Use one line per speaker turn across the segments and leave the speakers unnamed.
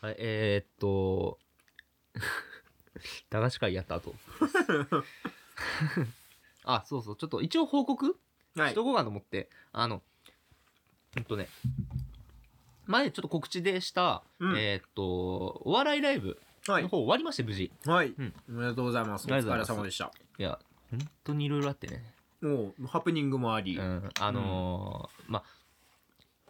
はい、えー、っと、 駄菓子会やった後。 あ、そうそう、ちょっと一応報告
は
しとこうかと思って、あの、ほんとね、前ちょっと告知でした、
うん
えーっと、お笑いライブ
は
の
い。
方終わりまして、無事。い
はい、
ん
おめでとうございます。お
ありがとうござ
疲れ
います
様でした。
や、本当にいろいろあってね。
もう、ハプニングもあり。
うん、あのーまあ、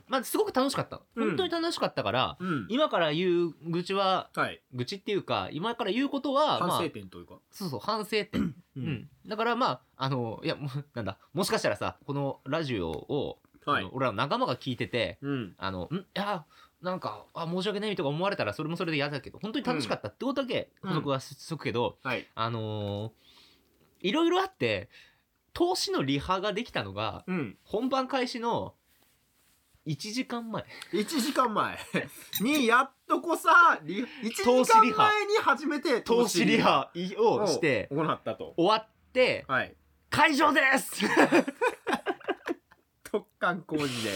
まあ、すごく楽しかった。
うん
本当に楽しかったから、
うん
今から言う愚痴は、
はい。
愚痴っていうか、今から言うことは、ま
反
あ
省、点というか。
そうそう、反省点。う。
う
ん。だからまあ、あの、いや、もうなんだ、もしかしたらさ、このラジオを、
は
あ
い
の。俺らの仲間が聞いてて、
うん。
あの、んいや、なんか、あ、申し訳ないとか思われたら、それもそれで嫌だけど、本当に楽しかったってことだけ、
うん
補足はししとくけど、
はい。
あのーいろいろあって、投資のリハができたのが、
うん。
本番開始の1時間前
1時間前 に、やっとこさ、リ1時
投資リ
間
ハ
前に初めて
投資リハをして
行ったと。
終わって
はい。
会場ですい
特貫工事で。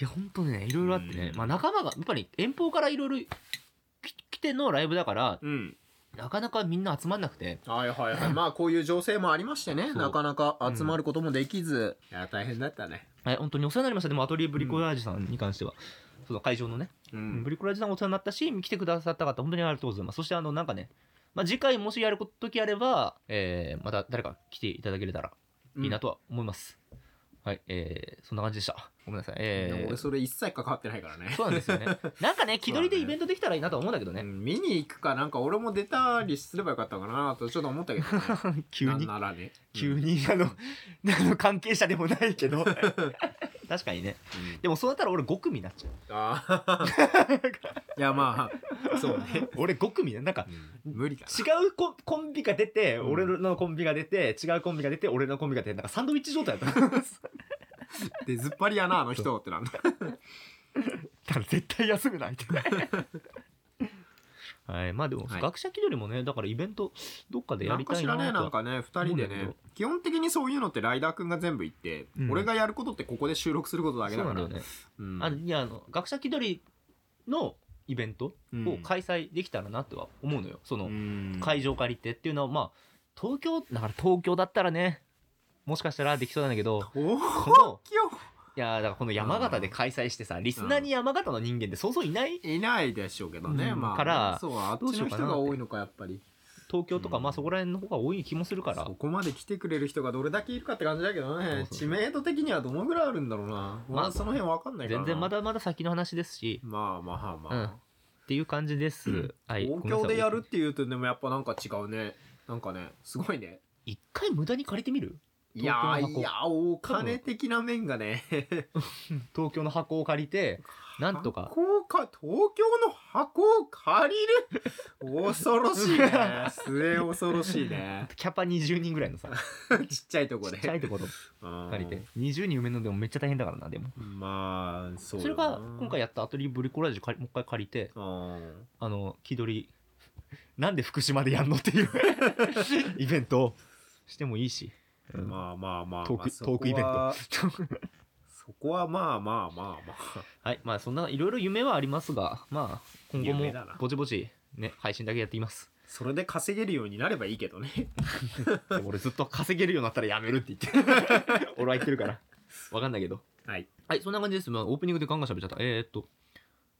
やほんとねいろいろあってね、
うん
まあ、仲間がやっぱり遠方からいろいろき来てのライブだから
うん。
なかなかみんな集まんなくて
はいはいはい。まあ、こういう情勢もありましてね。
そう
なかなか集まることもできず。いや、大変だったね。
え本当にお世話になりましたでもアトリエブリコラージュさんに関しては。その会場のね、
う
ブ。リコラージュさんお世話になったし来てくださった方本当にありがとうございますそしてあのなんかね、まあ、次回もしやる時あれば、えーまた誰か来ていただけれたらいいなとは思います。はい、えー、そんな感じでした。ごめんなさい。
うんいや
え
俺、
ー、
それ一切関わってないからね。
そうなんです よね。なんかね、気取りで
そ
イ
うだね
ベントできたらいいなとは思うんだけど
う
ね。
ん見に行くかなんか俺も出たりすればよかったかなとちょっと思ったけど、ね、
急に、
なんなら ね
急、に、あの、 あの関係者でもないけど。 確かにね。
うんうん
でもそうなったら俺5組になっちゃ
あーいやまあそうね、
う。俺5組ね。なんか、
無理か
違うコンコンビが出て、
うん
俺のコンビが出て、違うコンビが出て、俺のコンビが出て、なんかサンドイッチ状態だ った。だか
なでずっぱりやなあの人ってなんだ
ら絶対休むな、みたいな。 はい、まあでも、
はい
学者気取りもね、だからイベントどっかでや
なん
り
か
たい
知ら
なと
ねえ
は
なんかね2人で
思うんだ
ね
け
基本的にそういうのってライダーくんが全部行って、
うん
俺がやることってここで収録することだけ
そう
だ
な
か
ん
ら
だよね。
うん
あのいやあの学者気取りのイベント
うん
を開催できたらなとは思うのよ、その
うん
会場借りてっていうのはまあ東京だから東京だったらねもしかしたらできそうなんだけど
おー
この
きよ
いやだからこの山形で開催してさリスナーに山形の人間ってそうそういない
いないでしょうけどね、
うん
まあ
から
そうあっ
どう
ち
しよ
の
うか
人
なって
が多いのかやっぱり
東京とか
うん
まあそこら辺の方が多い気もするから
そこまで来てくれる人がどれだけいるかって感じだけどね
そうそう
知名度的にはどのぐらいあるんだろうな、
まあ
まあ、その辺わかんないか
全
らな
然まだまだ先の話ですし
まあまあま
っていう感じです、
あ、
はい
東京でやる
ごめんなさい
っていうとでもやっぱなんか違うねなんかねすごいね
一回無駄に借りてみる
いや
東京の箱
ーいやお金的な面がね
東京の箱を借りて なんとか
箱をか東京の箱を 借りる恐ろしいね末恐ろしいね
キャパ20人ぐらいのさ
ちっちゃいとこ
ち
で
っちゃいところ
うん
借りて20人埋めるのでもめっちゃ大変だからなでも
まあそう
それ
だ
が
な
今回やったアトリエブリコラージュ借りもう一回借りて
うん
あの気取り なんで福島でやんのって いうイベントをしてもいいし、うん
まあまあまあまあ、
トーク
そこは
トークイベント
そこはまあまあまあまあ。
はいまあそんないろいろ夢はありますがまあ今後も
夢だな
ぼちぼちね配信だけやっています
それで稼げるようになればいいけど ね。
でも俺ずっと稼げるようになったらやめるって言って 俺は言ってるからわかんないけど
はい。
はいそんな感じです、まあ、オープニングでガンガン喋っちゃったえー、っと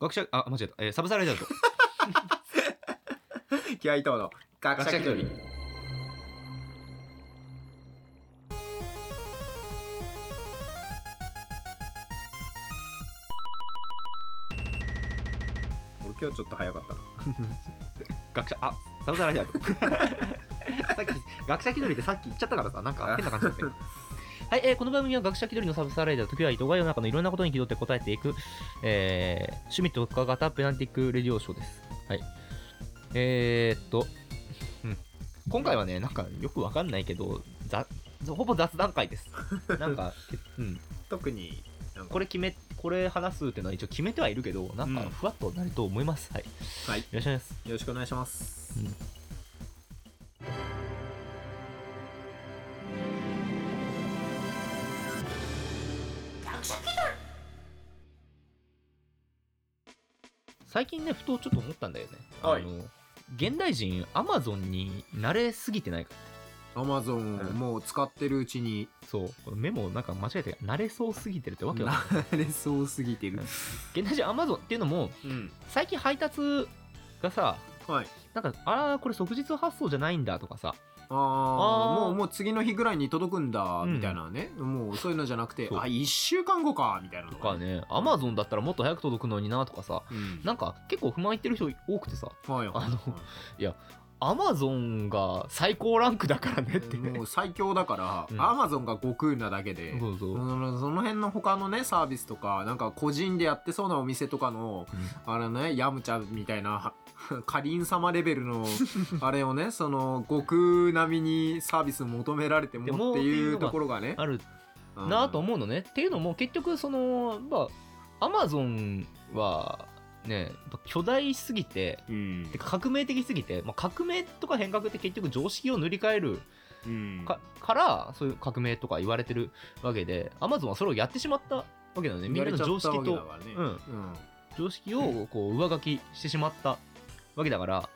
学者あ間違えた、えーサブサライダーと
気合いとの学者気取り。俺今日ちょっと早かったな。
学者あサブサライ ダーとさっき学者気取りってさっき言っちゃったからさなんか変な感じだったよ はい、えーこの番組は学者気取りのサブサライダー時は糸が世の中のいろんなことに気取って答えていく、えー、趣味特化型ペナンティックレディオショーですはいえー、っと、うん、今回はねなんかよくわかんないけどざほぼ雑談会 ですなんか、けうん、
特になんか
これ決めこれ話すっていうのは一応決めてはいるけどなんか
うん
ふわっとなると思います、はいよ
はい。よ
ろしくお願いします
ろしくお願いします。
最近ねふとちょっと思ったんだよね、
はい
あの現代人アマゾンに慣れすぎてないか
アマゾンをもう使ってるうちに、
そうこのメモをなんか間違えて慣れそうすぎてるってわけよ
慣れそうすぎてる。
現代人アマゾンっていうのも
うん。
最近配達がさ
はい。
なんかああこれ即日発送じゃないんだとかさ
あ
あ
あ
ー
もう、もう次の日ぐらいに届くんだ、
うん
みたいなね。もうそういうのじゃなくて、
そう
あ、1週間後か、みたいなの
とか。ねアマゾンだったらもっと早く届くのになとかさ
うん。
なんか結構不満言ってる人多くてさ
はいはい
あのアマゾンが最高ランクだからねって
もう最強だか
う
ら、
ん
アマゾンが悟空なだけで、
そうそう
そのその辺の他のねサービスとかなんか個人でやってそうなお店とかの、あれねヤムチャみたいな はかりん様レベル のあれをねその悟空並みにサービス求められて
でも
もっていうところがね
ある
うん
なと思うのね。っていうのも結局そのまあアマゾンはねやっぱ巨大すぎて
うん
てか革命的すぎて、まあ、革命とか変革って結局常識を塗り替える
うん
かからそういう革命とか言われてるわけでアマゾンはそれをやってしまったわけなのねみんなの常識
言われちゃ
と
ったわけだ
う
から
ん、
ねうん
常識をこう上書きしてしまったわけだから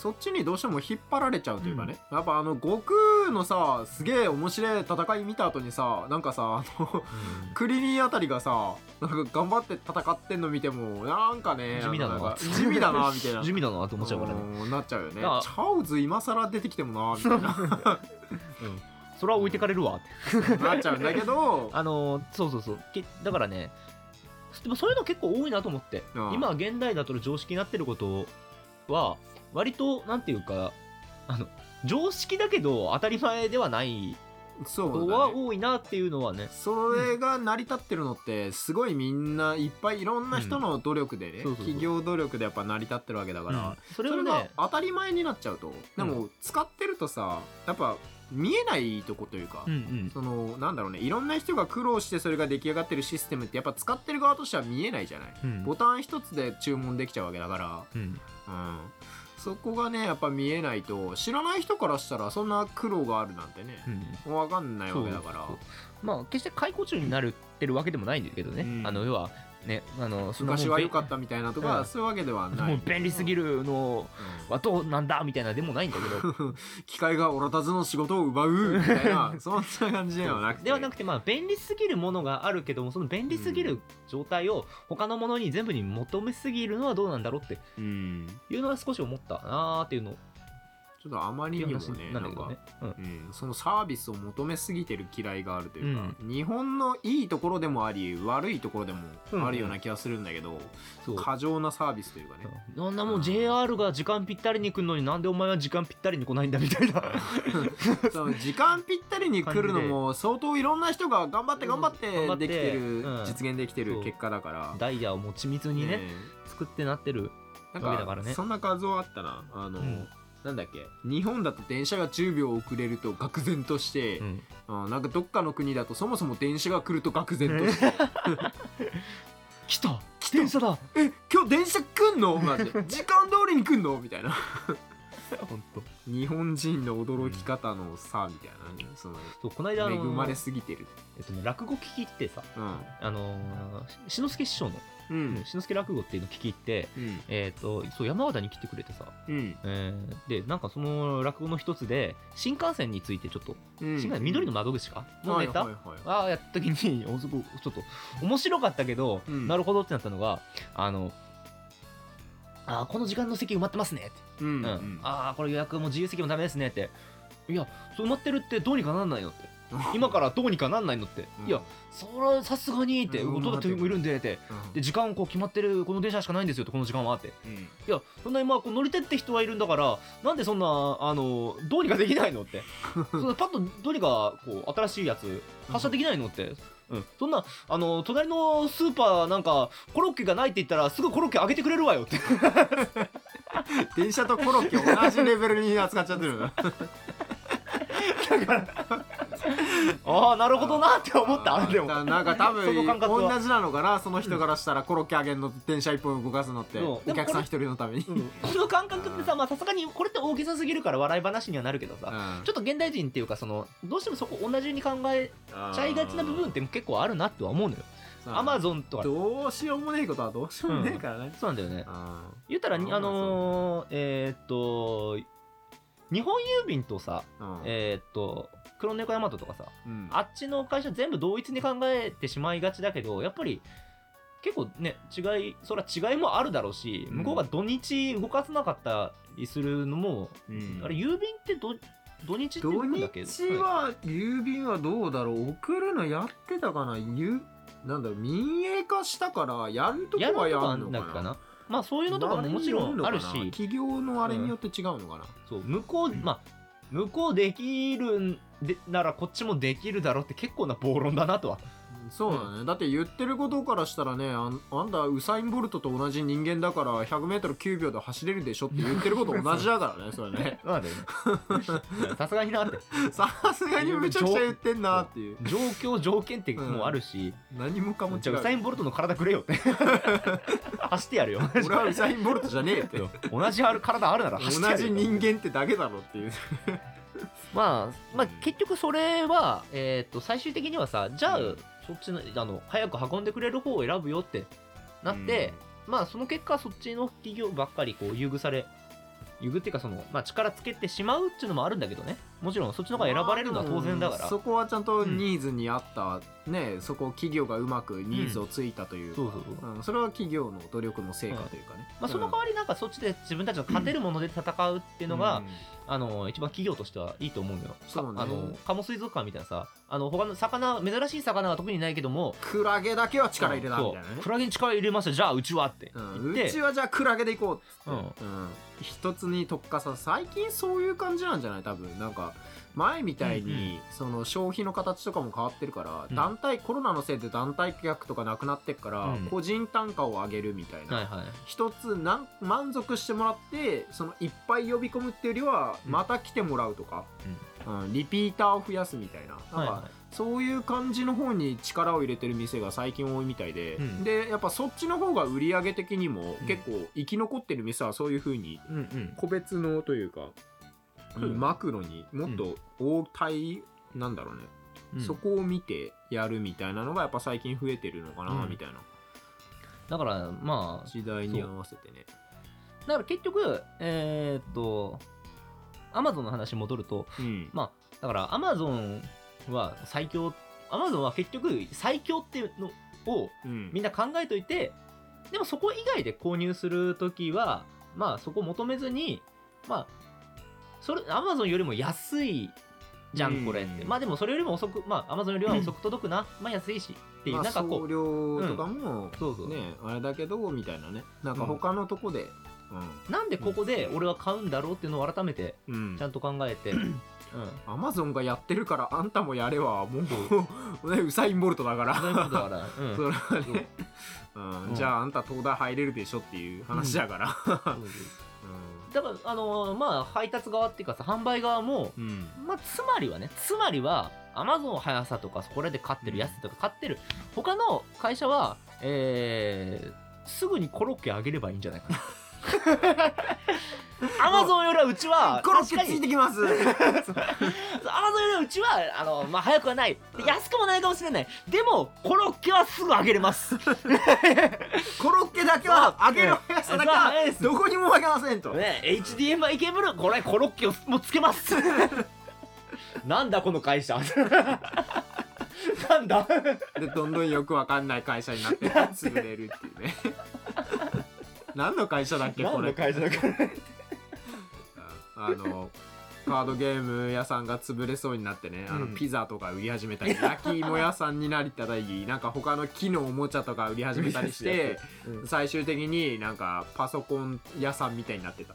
そっちにどうしても引っ張られちゃうというかね、やっぱあの悟空のさすげえ面白い戦い見た後にさなんかさあの クリリンあたりがさなんか頑張って戦ってんの見てもなんかね
地味だなん
か
な
地味だなみたいな
地味だなと思っちゃうからね、
うんなっちゃうよねチ
だから
ャオズ今更出てきてもなみたい
うんそれは置いてかれるわって
ななっちゃうんだけど
あのーそうそうそうけだからねでもそういうの結構多いなと思って
ああ
今現代だと常識になってることは割となんていうかあの常識だけど当たり前ではない
そ
こと
う
は
だ、ね、
多いなっていうのはね
それが成り立ってるのってすごいみんないっぱいいろんな人の努力でね、
うんそうそうそう
企業努力でやっぱ成り立ってるわけだから、
うんそれ
そ
を
れが
ね
当たり前になっちゃうと、でも使ってるとさやっぱ見えないとこというか、
うんうん
そのなんだろうねいろんな人が苦労してそれが出来上がってるシステムってやっぱ使ってる側としては見えないじゃない
うん
ボタン一つで注文できちゃうわけだか
うん
ら、うん、そこがねやっぱ見えないと知らない人からしたらそんな苦労があるなんてね
う、ん
わかんない
そ
わ
う
けだから
そうまあ決して解雇中になるってるわけでもないんだけどね、
うん
あの要はねあのそんなもん
昔は良かったみたいなとか、
うん
そういうわけではない
もう便利すぎ
る、
るの
うん
はどうなんだみたいなでもないんだけど
機械がおらたずの仕事を奪うみたいな そんな感じではなくて
ではなくてまあ便利すぎるものがあるけどもその便利すぎる状態を他のものに全部に求めすぎるのはどうなんだろうって
うん
いうのは少し思ったなーっていうの
ちょっとあまりにもね
な
なん
だ
ん
けど
か
ね、うん
うん、そのサービスを求めすぎてる嫌いがあるというか、日本のいいところでもあり悪いところでもあるような気がするんだけど、
そう
過剰なサービスというかね
そんな もう JR が時間ぴったりに来るのになんでお前は時間ぴったりに来ないんだみたいな
その時間ぴったりに来るのも相当いろんな人が頑張って頑張っ
うん頑張って
てできてる、
うん
実現できて
そ
る
う
結果だから。
ダイヤをもう緻密にね
ね
作ってなってる
なん
わけだか
から
ね
そんな画像あったなあの、
うん
なんだっけ日本だと電車が10秒遅れると愕然として、
うん
あなんかどっかの国だとそもそも電車が来ると愕然として
来た来た電車だ
え今日電車来んのなんて時間通りに来んのみたいな
本当
日本人の驚き方の差みたいなね、その
そうこの間あ
恵
の
まれすぎてる
えっとね落語聞き行ってさ
うん
あのーし志の輔師匠の
うん
志の輔落語っていうの聞き行って
うん
えっとそう山形に来てくれてさ
うん
えーでなんかその落語の一つで新幹線についてちょっと
うん
新幹線緑の窓口かの
はい
ネ
は
タ、
いはい
ああやった時に おすごくちょっと面白かったけど、
うん
なるほどってなったのがあのあーこの時間の席埋まってますねって、
うん
う
うんん
ああこれ予約も自由席もダメですねっていやそう埋まってるってどうにかなんないのって今からどうにかなんないのって、
うん
いやそれはさすがにって、
うん
うん、届いてもいるんでって
うん
で時間こう決まってるこの電車しかないんですよってこの時間はって
うん
いや、そんなにまあこう乗り手って人はいるんだから、なんでそんな、あの、どうにかできないの って。そんなパッとどうにか、こう、新しいやつ、発射できないのって。うん、そんな、あの、隣のスーパーなんか、コロッケがないって言ったら、すぐコロッケあげてくれるわよ って。
電車とコロッケ同じレベルに扱っちゃっ てる
ああ、なるほどなって思った、あれでも。
ななんか多
その
分
感覚は
同じなのかなその人からしたらコロッケあげんのと電車一本動かすのって
そう
お客さん一人のために、
うんこの感覚ってさ、まあさすがに、これって大げさすぎるから笑い話にはなるけどさ、
うん
ちょっと現代人っていうか、その、どうしてもそこ同じように考えちゃいがちな部分って結構あるなっては思うのよ。アマゾンとか
どうしようもねえことはどうしようもねえからね、
そうなんだよね
あ
言ったらにあ
Amazon
のーえーっと日本郵便とさ
ーうん
えーっと黒猫ヤマトとかさ
うん
あっちの会社全部同一に考えてしまいがちだけどやっぱり結構ね違いそら違いもあるだろうし
うん
向こうが土日動かせなかったりするのも、
うん
あれ郵便ってど土日って
土
動くん
日
だっけ
は郵便はどうだろう送るのやってたかなゆなんだろう民営化したからやると
いやる
こはや
とか
るの
なん
か
か
な
なまあそういうのとかももちろんあるし
あれによるのかな企業のあれによって違うのかな、
そう向こうまあ向こうできるんでならこっちもできるだろうって結構な暴論だな とは
そうだね、だって言ってることからしたらねあんあんたウサイン・ボルトと同じ人間だから 100m9 秒で走れるでしょって言ってること同じだからねそれね
なんだよね さすがになって
さすがにむちゃくちゃ言ってんなっていう
状況条件ってもあるし、
何もかも
じ
違
ゃあウサイ
う
ン・ボルトの体くれよって走ってやるよ
俺はウサイン・ボルトじゃねえ って
同じある体あるなら
同
走ってやる
じ
よ
人間ってだけだろっていう
まあまあ
うん
結局それは、えーっと最終的にはさじゃあ、
うん
そっちのあの早く運んでくれる方を選ぶよってなって、まあその結果そっちの企業ばっかりこう優遇され優遇っていうかその、まあ、力つけてしまうっていうのもあるんだけどねもちろんそっちの方が選ばれるのは当然だから、
まあでもそこはちゃんとニーズに合った、ねそこ企業がうまくニーズをついたというか、
う
うん
そうそうそ
んそれは企業の努力の成果というかね、
まあ、その代わりなんかそっちで自分たちの勝てるもので戦うっていうのが、
うん
あの一番企業としてはいいと思うのよ。
そうね
あのカモ水族館みたいなさあの他の魚珍しい魚は特にないけども
クラゲだけは力入れたみたいな
そう
ね
クラゲに力入れましたじゃあうちはって
う
言
ん
っ
う
て、
ちはじゃあクラゲでいこうっつ
う
って、うん一つに特化さ最近そういう感じなんじゃない多分なんか前みたいに、その消費の形とかも変わってるから、
うん
団体コロナのせいで団体客とかなくなってっから、
うん
個人単価を上げるみたいな、
はいはい
一つなん満足してもらってそのいっぱい呼び込むっていうよりは
うん
また来てもらうとか、うんリピーターを増やすみたいななんか、
はいは
そういう感じの方に力を入れてる店が最近多いみたいで、
うん
でやっぱそっちの方が売り上げ的にも
うん
結構生き残ってる店はそういう風に
いうんうん
個別のというか、
うん
マクロにもっと応対なんだろうね、
うん
そこを見てやるみたいなのがやっぱ最近増えてるのかな
うん
みたいな、
だからまあ
時代に合わせてね。
だから結局えーっとアマゾンの話戻ると
うん
まあだからアマゾンは最強アマゾンは結局最強っていうのを
うん
みんな考えといてでもそこ以外で購入するときはまあそこ求めずにまあそれアマゾンよりも安いじゃ
うんん
これってまあでもそれよりも遅くまあアマゾンよりは遅く届くなまあ安いしっていう
まあ
なんかこ
送
う
料とかも、
そうそう
ねあれだけどみたいなねなんか他のとこで
なんでここで俺は買うんだろうっていうのを改めて
うん、うん
ちゃんと考えてうん
アマゾンがやってるからあんたもやれはもう、 ね、ウサイン・ボルトだから
そういうことだから うん
それは
そう
ね、うん
うん
じゃああんた東大入れるでしょっていう話だから、
そうそうだからあのーまあ配達側っていうかさ販売側も
うんうん
まあ、つまりはね、つまりは、アマゾン速さとか、そこらで買ってる安さとか買ってる、他の会社は、えー、すぐにコロッケあげればいいんじゃないか な。アマゾンよりはうちは、
コロッケついてきます
アマゾンよりはうちは、あの、まあ、早くはない。で安くもないかもしれない。でも、コロッケはすぐあげれます。
コロッケだけは揚げる速さだけ
そう早いで
は
す
どこにも負けませんと、
ね、HDMI ケーブル、これコロッケをもうつけ ます。なんだこの会社。なんだ
でどんどんよくわかんない会社になって潰れるって いうね何の会社だっけこ
何
れ
の会社だから。
あのカードゲーム屋さんが潰れそうになってね、あの
うん
ピザとか売り始めたり焼き芋屋さんになりたりなんか他の木のおもちゃとか売り始め たりして
うん
最終的になんかパソコン屋さんみたいになってた、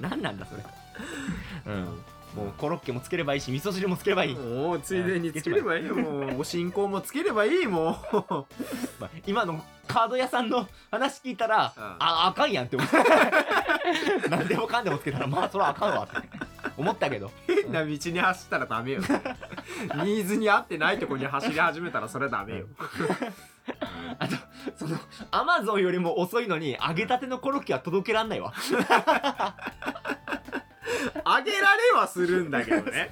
何なんだそれうんもうコロッケもつければいいし味噌汁もつければいい、
もうついでにつければいいよもうお進行もつければいいもう
まあ今のカード屋さんの話聞いたら、
うん
ああかんやんって思った 何でもかんでもつけたらまあそれはあかんわって思ったけど
変な道に走ったらダメよニーズに合ってないとこに走り始めたらそれはダメよ
あとそのアマゾンよりも遅いのに揚げたてのコロッケは届けらんないわ
あげられはするんだけどね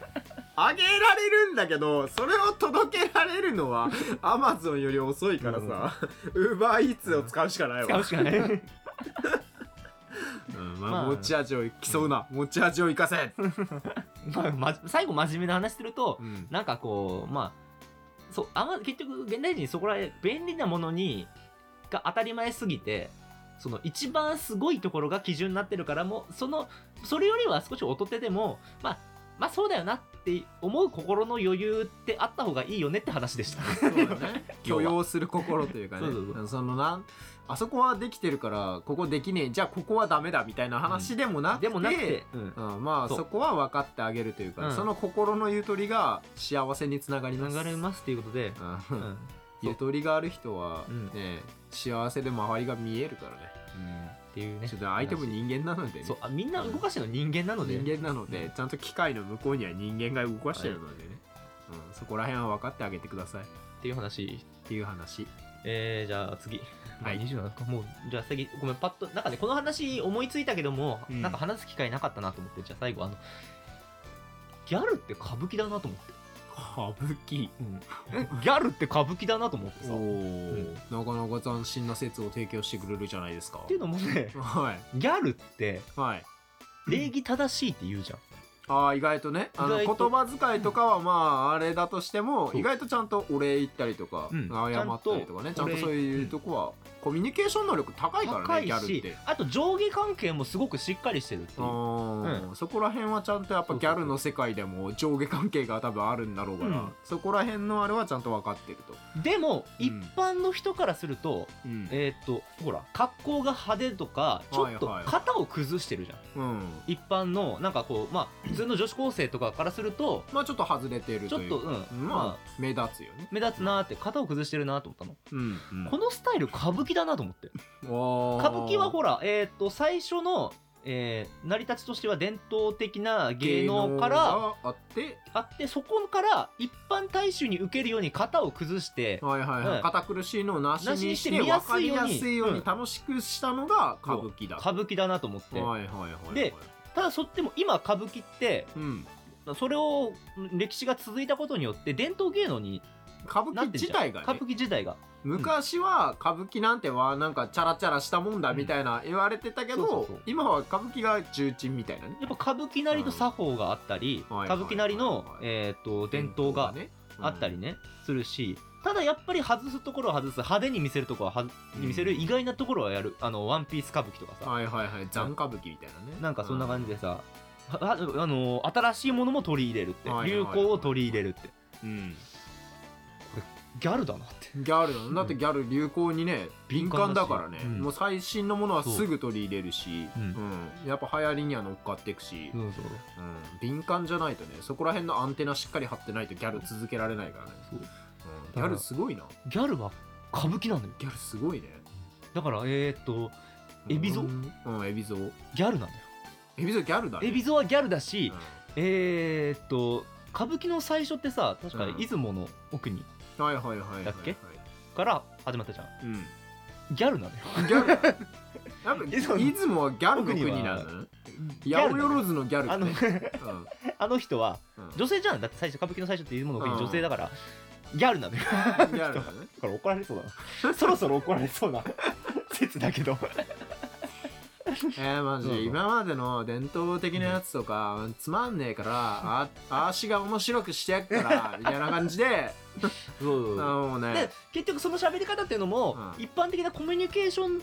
あげられるんだけどそれを届けられるのはアマゾンより遅いからさウーバーイーツを使うしかない
使う
わ、
しかない。
うんまあ
まあ
持ち味を競うな、持ち味を生かせ、
まあまじ、最後真面目な話すると、
うん
なんかこう、まあ、そう、あま、結局、現代人そこらへん、便利なものに、が当たり前すぎて、その一番すごいところが基準になってるからもう、その、それよりは少し劣ってでも、まあ、まあそうだよなって思う心の余裕ってあった方がいいよねって話でした。
そうだね 許容する心というかね
そうそうそ
そのなんあそこはできてるからここできねえじゃあここはダメだみたいな話でもなくて,、
でもなくて、うん。
うん、まあ
そ
そうこは分かってあげるというか、
うん
その心のゆとりが幸せにつながります
流れますっていうことで、
う
うんん。
ゆとりがある人は
うん
ね、幸せで周りが見えるからね、
っていうね
ちょっ。と相手も人間なので、ね
そう、あみんな動かしてるの人間なので、
人間なので、ちゃんと機械の向こうには人間が動かしてるのでね、うん、そこら辺は分かってあげてくださいっ
っていう話
ていう話
えー、じゃあ次。
はい
まあ27か。もう、じゃあ次、ごめん、パッと、なんかね、この話思いついたけども、
うん
なんか話す機会なかったなと思って、じゃあ最後、あの、ギャルって歌舞伎だなと思って。
歌舞伎
ギャルって歌舞伎だなと思ってさ。
お
っ
ーなかなか斬新な説を提供してくれるじゃないですか
ていうのもね、
は
ギャルって
いはい
礼儀正しいって言うじゃん。
ああ意外とねあの
意
言
外と
葉遣いとかはまああれだとしても
そう
意外とちゃんとお礼言ったりとか、
うん
謝ったりとかねち
ち
ゃ
ゃ
ん
ん
と
と
そういうとこは、コミュニケーション能力高いからね
高い
ギャルっ。、
してあと上下関係もすごくしっかりしてるって
あ
いう。
ーそこら辺はちゃんとやっぱギャルの世界でも上下関係が多分あるんだろうから、
うん
そこら辺のあれはちゃんと分かってると、
でも、
うん
一般の人からすると、
うん
えーっと、ほら、格好が派手とか、ちょっと
はいはい
型を崩してるじゃん。
うん
一般のなんかこうまあ普通の女子高生とかからすると
まあちょっと外れてる
ちょ
と
っ
いう
と
か
うん
ま
ま
あ目立つよね
あ、目立つなーって型を崩してるなーと思ったの、
うんうん
このスタイル歌舞伎だなと思って
おー
歌舞伎はほらえっ、と最初の、えー成り立ちとしては伝統的な芸能から
があって
あってそこから一般大衆に受けるように型を崩して、
はいはいは
う
い
ん
堅苦しいのをなしに
な
して
しにして見
分
や
か
すい
り
ように
やすいよう
う
に
ん
楽しくしたのが歌舞伎だ
歌舞伎だなと思って、
はいはいはい
でただそっても今歌舞伎って
うん
それを歴史が続いたことによって伝統芸能に
歌舞
な
伎
ってんじゃ
自
ん
体が
歌
ね
舞伎自体が
昔は歌舞伎なんてはなんかチャラチャラしたもんだみたいな言われてたけ
そうそう
ど
そう
今は歌舞伎が重鎮みたいなね
やっぱ歌舞伎なりの作法があったり、
うんはい
歌舞伎なりの、
はいはいはい
えー、と伝統が
ね
あったりね、するし、ただやっぱり外すところは外す、派手に見せるところはは
うん
見せる、意外なところはやる、あの、ワンピース歌舞伎とか
う
さ、
んはいはいはい残歌舞伎みたいなね
なんかそんな感
じ
じでさ、はああの、新しいものも取り入れるって、
はいはい
流行を取り入れるって、
うん
ギャルだなって。
ギャルだなだってギャル流行にね敏感だからね
敏感だしうん
もう最新のものはすぐ取り入れるし
そううん
うんやっぱ流行りには乗っかっていくし
そうそう
うん敏感じゃないとねそこら辺のアンテナしっかり張ってないとギャル続けられないからね
そう
うんギャルすごいな
ギャルは歌舞伎なのよ。
ギャルすごいね
だから、えー、っと、
うん
エビゾ
うんエビゾ
ギャルなのよ。
エビゾギャルだね
エビゾはギャルだし、
う
えー、っと歌舞伎の最初ってさ確か
うん
出雲の奥に
んはいはいはいはいはい
だっけから始まったじゃん
うん
ギャルなのよ
ギャルや っぱ
えそう
出雲はギャルの国なのね
ギ
八
ャ
百
ルなのよ
万のギャル
あ
だ
の
ね
あの 人は
うんうん
女性じゃんだって最初歌舞伎の最初って出雲の奥に
うん
女性だから、ギャルなのよ
ギャルだね
だから怒られそうだな そろそろ怒られそうな 説だけど
えー、マジ
そうそう
今までの伝統的なやつとか、つまんねえからあ あーしが面白くしてやっからみたいな感じで
そう
あーもうね
で結局その喋り方っていうのも、
うん
一般的なコミュニケーション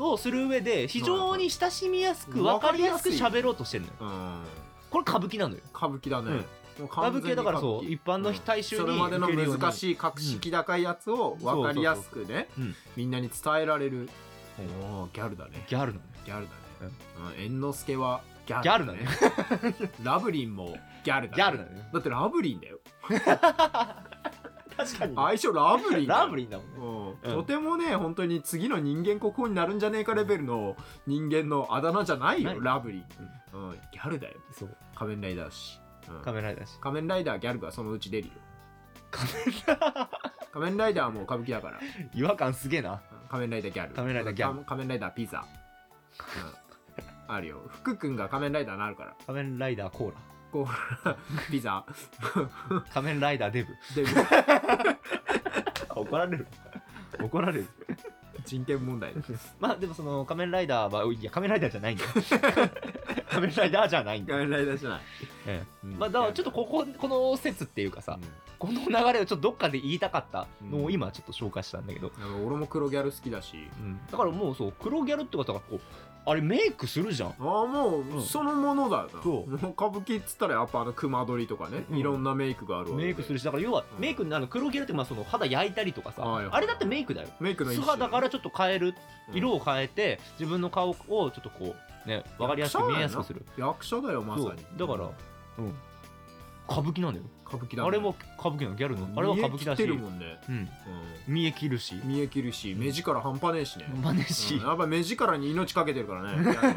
をする上で非常に親しみやすく
うん
分かりやすく
わかりやすい
喋ろうとしてるのよ
うん
これ歌舞伎なのよ
歌舞伎だね、
うん
もう
歌
完
舞
全に
伎はだからそう
歌舞伎
一般の大衆に
それまでの
受けるように
難しい格式高いやつを分かりやすく
う
ね、
んそうそうそううん
みんなに伝えられる、
うん
おーギャルだね
ギャルなのよ
ギャルだね、うん、猿之助はギャル
ギャルなのよ
ラブリンもギャルだ、ね、
ギャルなのよ
だってラブリンだよ
確かに
相性ラブリンだよ
ラブリンだもんね
う
うんん
とてもね本当に次の人間国宝になるんじゃねえかレベルの人間のあだ名じゃないよ
ない
ラブリー、うんギャルだよ
そう
仮面ライダーだし、うん
仮面ライダーし
仮面ライダーギャルがそのうち出るよ
仮面ラ
仮面ライダーはもう歌舞伎だから
イダー違和感すげえな
うん仮面ライダーギャル
仮面ライダーギャル
うん仮面ライダーピザ、うんあるよ福君が仮面ライダーになるから
仮面ライダーコーラ
ココーラピザ
仮面ライダーデブ。
でも
怒られる。怒られる。
人権問題
まあでもその仮面ライダーは、いや仮面ライダーじゃない んだよ。仮面ライダーじゃないんだ
仮
よ。
面ライダーじゃない、
ええまあだからちょっとここ、この説っていうかさ、
う
この流れをちょっとどっかで言いたかったのを今ちょっと紹介したんだけど、
んなんか俺も黒ギャル好きだし
うんだからもうそう、黒ギャルって方がこう、あれメイクするじゃん。
ああも
うん
うそのものだよな、
そう
もう歌舞伎っつったらやっぱあの熊取りとかね、
うん
いろんなメイクがあるわけで
メイクするし、だから要は
うん
メイクにあの黒ギャルってまあその肌焼いたりとかさ、
はいはい
あれだってメイクだよ。
メイクの一
素
種
肌からちょっと変える、
うん
色を変えて、自分の顔をちょっとこう、ね、わかりやすく見えやすくする。
役者だよま
そう
さに
だから、うん、歌舞伎なんだよ。
歌舞伎だ、ね、
あれも歌舞伎なの、ギャルの。あれは歌舞伎だ
見え切ってる
し、
もんね、
うん、見え切るし、
うん見え切るし目力半端ねえしね、
真似し、
うんやっぱ目力に命かけてるからね やっぱね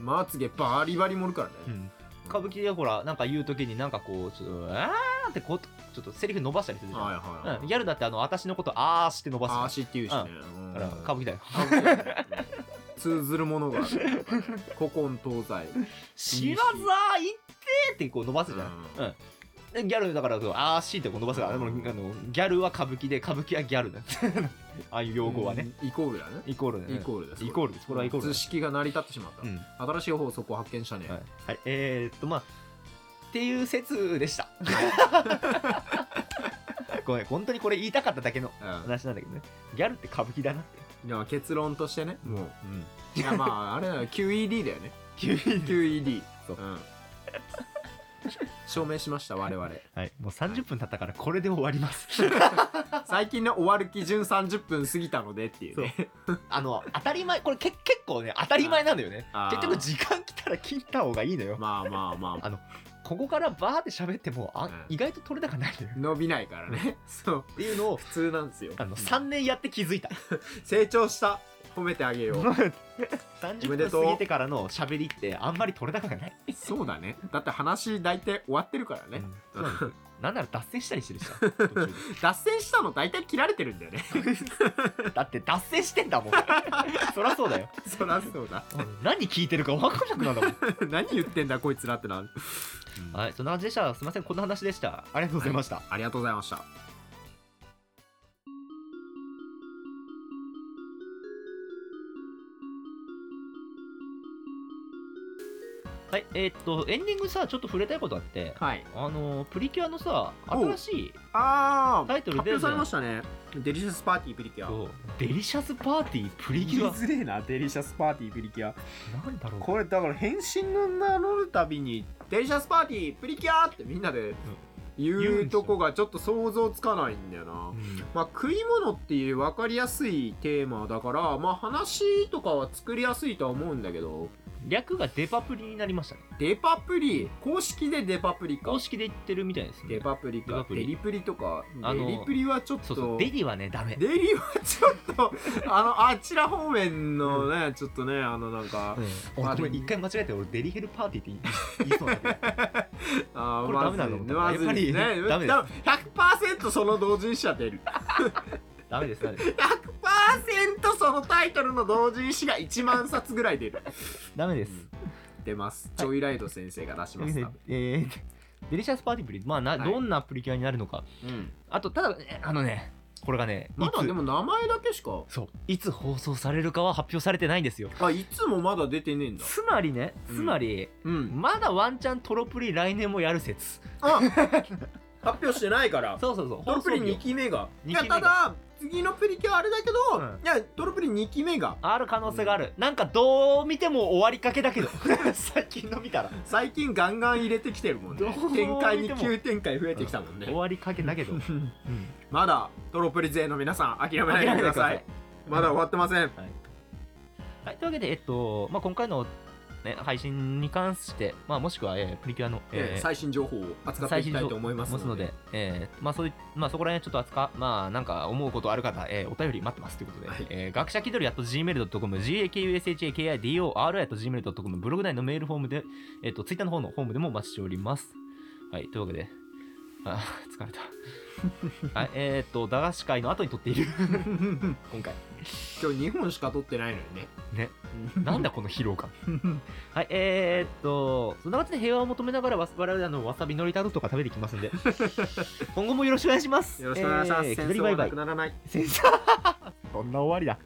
まつげバリバリ盛るからね、
うん歌舞伎でほら、なんか言うときになんかこう、ちょっと、あーってこう、ちょっとセリフ伸ばしたりするじゃん。
はいはいはい、
うん、ギャルだってあの、私のことあーして伸ばす
あ
か
足っていうしね、うん
ら。だから、歌舞伎だよ。
歌舞伎だよねうん 通ずるものがある古今東西
知らざーいってーってこう伸ばすじゃん。うんギャルだから、あーしーってこう伸ばすから、でもあのギャルは歌舞伎で、歌舞伎はギャルだ。 ああいう用語はね、
うんイコールだね
イコールだね。
イコールです
イコールです。これはイコールだ
図
ね。
式が成り立ってしまった、
うん
新しい法則を発見したね、
はい、はい、えー、っと、まあ、っていう説で した。ごめん、本当にこれ言いたかっただけの
うん
話なんだけどね。ギャルって歌舞伎だなって。
いや結論としてねも
う
う
ん。
いやまああれだよ QED だよね
急に。
QED
そう
うん証明しました我々
はい、もう30分経ったからこれで終わります。
最近の終わる基準30分過ぎたのでっていうね
あの、当たり前、これけ結構ね、当たり前なんだよね
あ。ー
結局時間来たら切った方がいいのよ。
まあまあまあ
あの、ここからバーって喋っても、あ、
うん
意外と取れ高ないのよ。
伸びないから ねそう
っていうのを、
普通なんですよ
あの、3年やって気づいた。
成長した褒めてあげようおめ
30
で
分
とう
過ぎてからの喋りってあんまり取れ高がない。
そうだねだって話大体終わってるからね、
うんそうなんですよ なんなら脱線したりしてるしさ途中で
脱線したの大体切られてるんだ よね
だって脱線してんだ もんそりゃそうだよ
そらそうだ
何聞いてるか分かんなくなるんだもん
何言ってんだこいつらってなる、うん
はいそんな感じでしたすいませんこんな話でしたありがとうございました、
ありがとうございました
はい、えーっとエンディングさちょっと触れたいことあって
はい
あのープリキュアのさ新しい
ああ
タイトル
発
出るじ
表
ゃ
され
ん
ましたねデリシャスパーティープリキュア
そうデリシャスパーティープリキュア
づれえなデリシャスパーティープリキュア
なんだろう
これだから変身の名乗るたびにデリシャスパーティープリキュアってみんなで
言う
言
んです
う
よ
とこがちょっと想像つかないんだよな
うん
まあ、食い物っていう分かりやすいテーマだから、まあ、話とかは作りやすいとは思うんだけど
略がデパプリになりましたね
デパプリ公式でデパプリか
公式で言ってるみたいですね
デパプリ
デパ
か
プ
デ
リ
リプリとか
あ
デ
の
リプリはちょっ
そうそ
と
うデリはねダメ
デリはちょっとあのあちら方面のね、ちょっとねあのなんか
うん、俺ごめん一回間違えて俺デリヘルパーティーって言い言いそうにな って
あー
これダメなんだ
まず
やっぱり
まずね
ダメです
だから100%その同人誌は出る
ダメですダメです
100%そのタイトルの同人誌が1万冊ぐらい出る
ダメです、
出ますジョイライド先生が出します多分
えーデリシャスパーティープリまあな、
はい
どんなプリキュアになるのか
うん
あとただねあのねこれがねい
まだ
つ
でも名前だけしか
そういつ放送されるかは発表されてないんですよ
あいつもまだ出てねえんだ
つまりねつまり、
うん
まだワンチャントロプリ来年もやる説
あ発表してないから
そうそうそう
ドロプリ
放送日
2期目が
二
いや
期目が
ただ次のプリキュアあれだけど、
うん
いやドロプリ2期目が
ある可能性がある、なんかどう見ても終わりかけだけ ど最近の見たら
最近ガンガン入れてきてるもん
どう
ね
見ても
展開に急展開増えてきたもんね、
終わりかけだ けど、うん、
まだドロプリ勢の皆さん諦めないでくださいまだ終わってません
はい、というわけで、えっとまあ、今回の、ね、配信に関して、まあ、もしくは、えープリキュアの、
え
え
ー
ー
最新情報を扱っていきたいと思います
持つの
ので
で、えーまあそういまあ、そこら辺はちょっと扱う、まあ、なんか思うことある方、えーお便り待ってますということで、
はい
えー学者気取り at gmail.com、gakushakidori at gmail.com、ブログ内のメールフォームで、えっとツイッターの方のホームでもお待ちしております。はい、というわけで、あ ー疲れた。はい、えーっと、駄菓子会の後に撮っている、今回。
今日2本しか取ってないのにね
ねなんだこの疲労感 はいえー、っとそんな感じで平和を求めながらわ我々あのわさびのりタルトとか食べてきますん で今後もよろしくお願いします
よろしくお願いします、
えー、
戦
煙
争
バ
は
イバ
な
イ
くならない
先生そんな終わりだ